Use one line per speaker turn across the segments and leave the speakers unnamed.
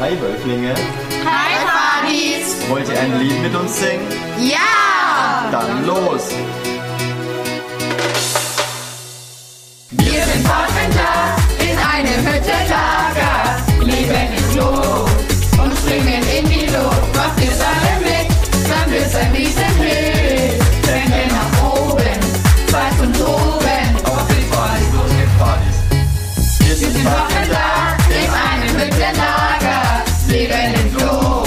Hi Wölflinge,
Hi Partys!
wollt ihr ein Lied mit uns singen?
Ja!
Dann los!
Wir sind Pfadfinder in einem Hüttenlager, leben im Klo und springen in die Luft. Macht ihr alle mit, dann wird's ein Riesenhit. Wenn wir nach oben, zwei zum Toben,
Auf die Partys, los geht's Partys! Wir
wir
sind
sind Pfadfinder in einem Hüttenlager, leben im Klo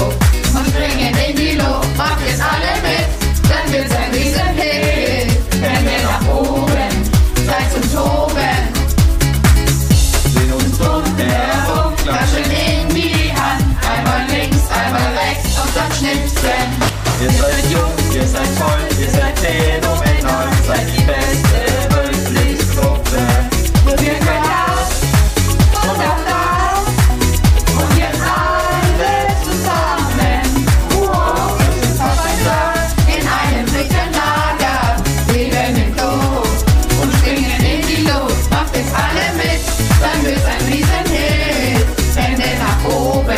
und springen in die Luft. Macht ihr alle mit, dann wird's ein Riesenhit. Wenn wir nach oben, zwei zum Toben.
sehen uns
Herum,
rundherum,
klatschen in die Hand, einmal links, einmal rechts und dann schnipsen.
Ihr seid jung, ihr seid toll, ihr seid phänomenal, seid die beste Wölflingsgruppe.
Und wir können auf und auf auf und jetzt alle zusammen. Wow, wir sind Verwandter in einem dicken Lager, leben im Klo und springen in die Luft. Macht es alle mit, dann wird's ein Riesenhit. Hände nach oben,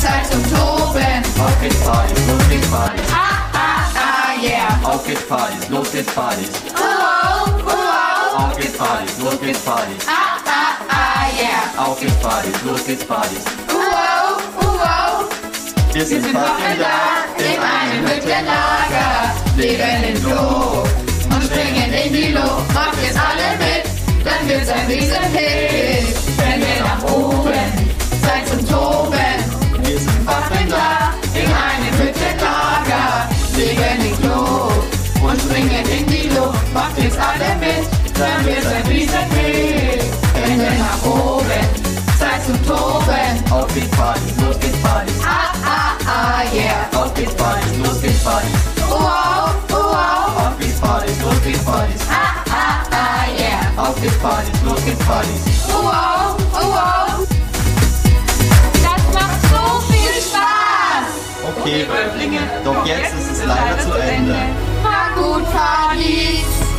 Zeit zum Toben.
Auf geht's Partys, los geht's Partys!
Ah, ah, ah, yeah.
Auf geht's Partys, los geht's Partys!
Wow, wow.
Auf geht's Partys, los geht's Partys!
Ah, ah, ah, yeah.
Auf geht's Partys, los geht's Partys!
Wow, wow.
Wir
Wir sind Wochenlar in einem Hüttenlager. Leben im Klo und springen in die Luft. Macht jetzt alle mit, dann wird's ein Riesenhit. Wenn wir nach oben, seid zum Toben.
Wir sind
Wochenlar in einem Hüttenlager. Leben im Klo und springen in die Luft. Macht jetzt alle mit, dann wird's ein Riesenhit. Wenn wir nach oben, seid zum Toben.
Auf geht's Partys, los geht's Partys!
Ah, ah, ah, yeah.
Auf geht's Partys, los geht's Partys!
Wow, wow.
Auf geht's Partys, los geht's Partys!
Ah, ah, ah, yeah.
Auf geht's Partys, los geht's Partys!
Wow, wow.
Das macht so viel
Spaß.
Okay, Wölflinge, doch jetzt ist es leider zu Ende.
Na gut, Partys.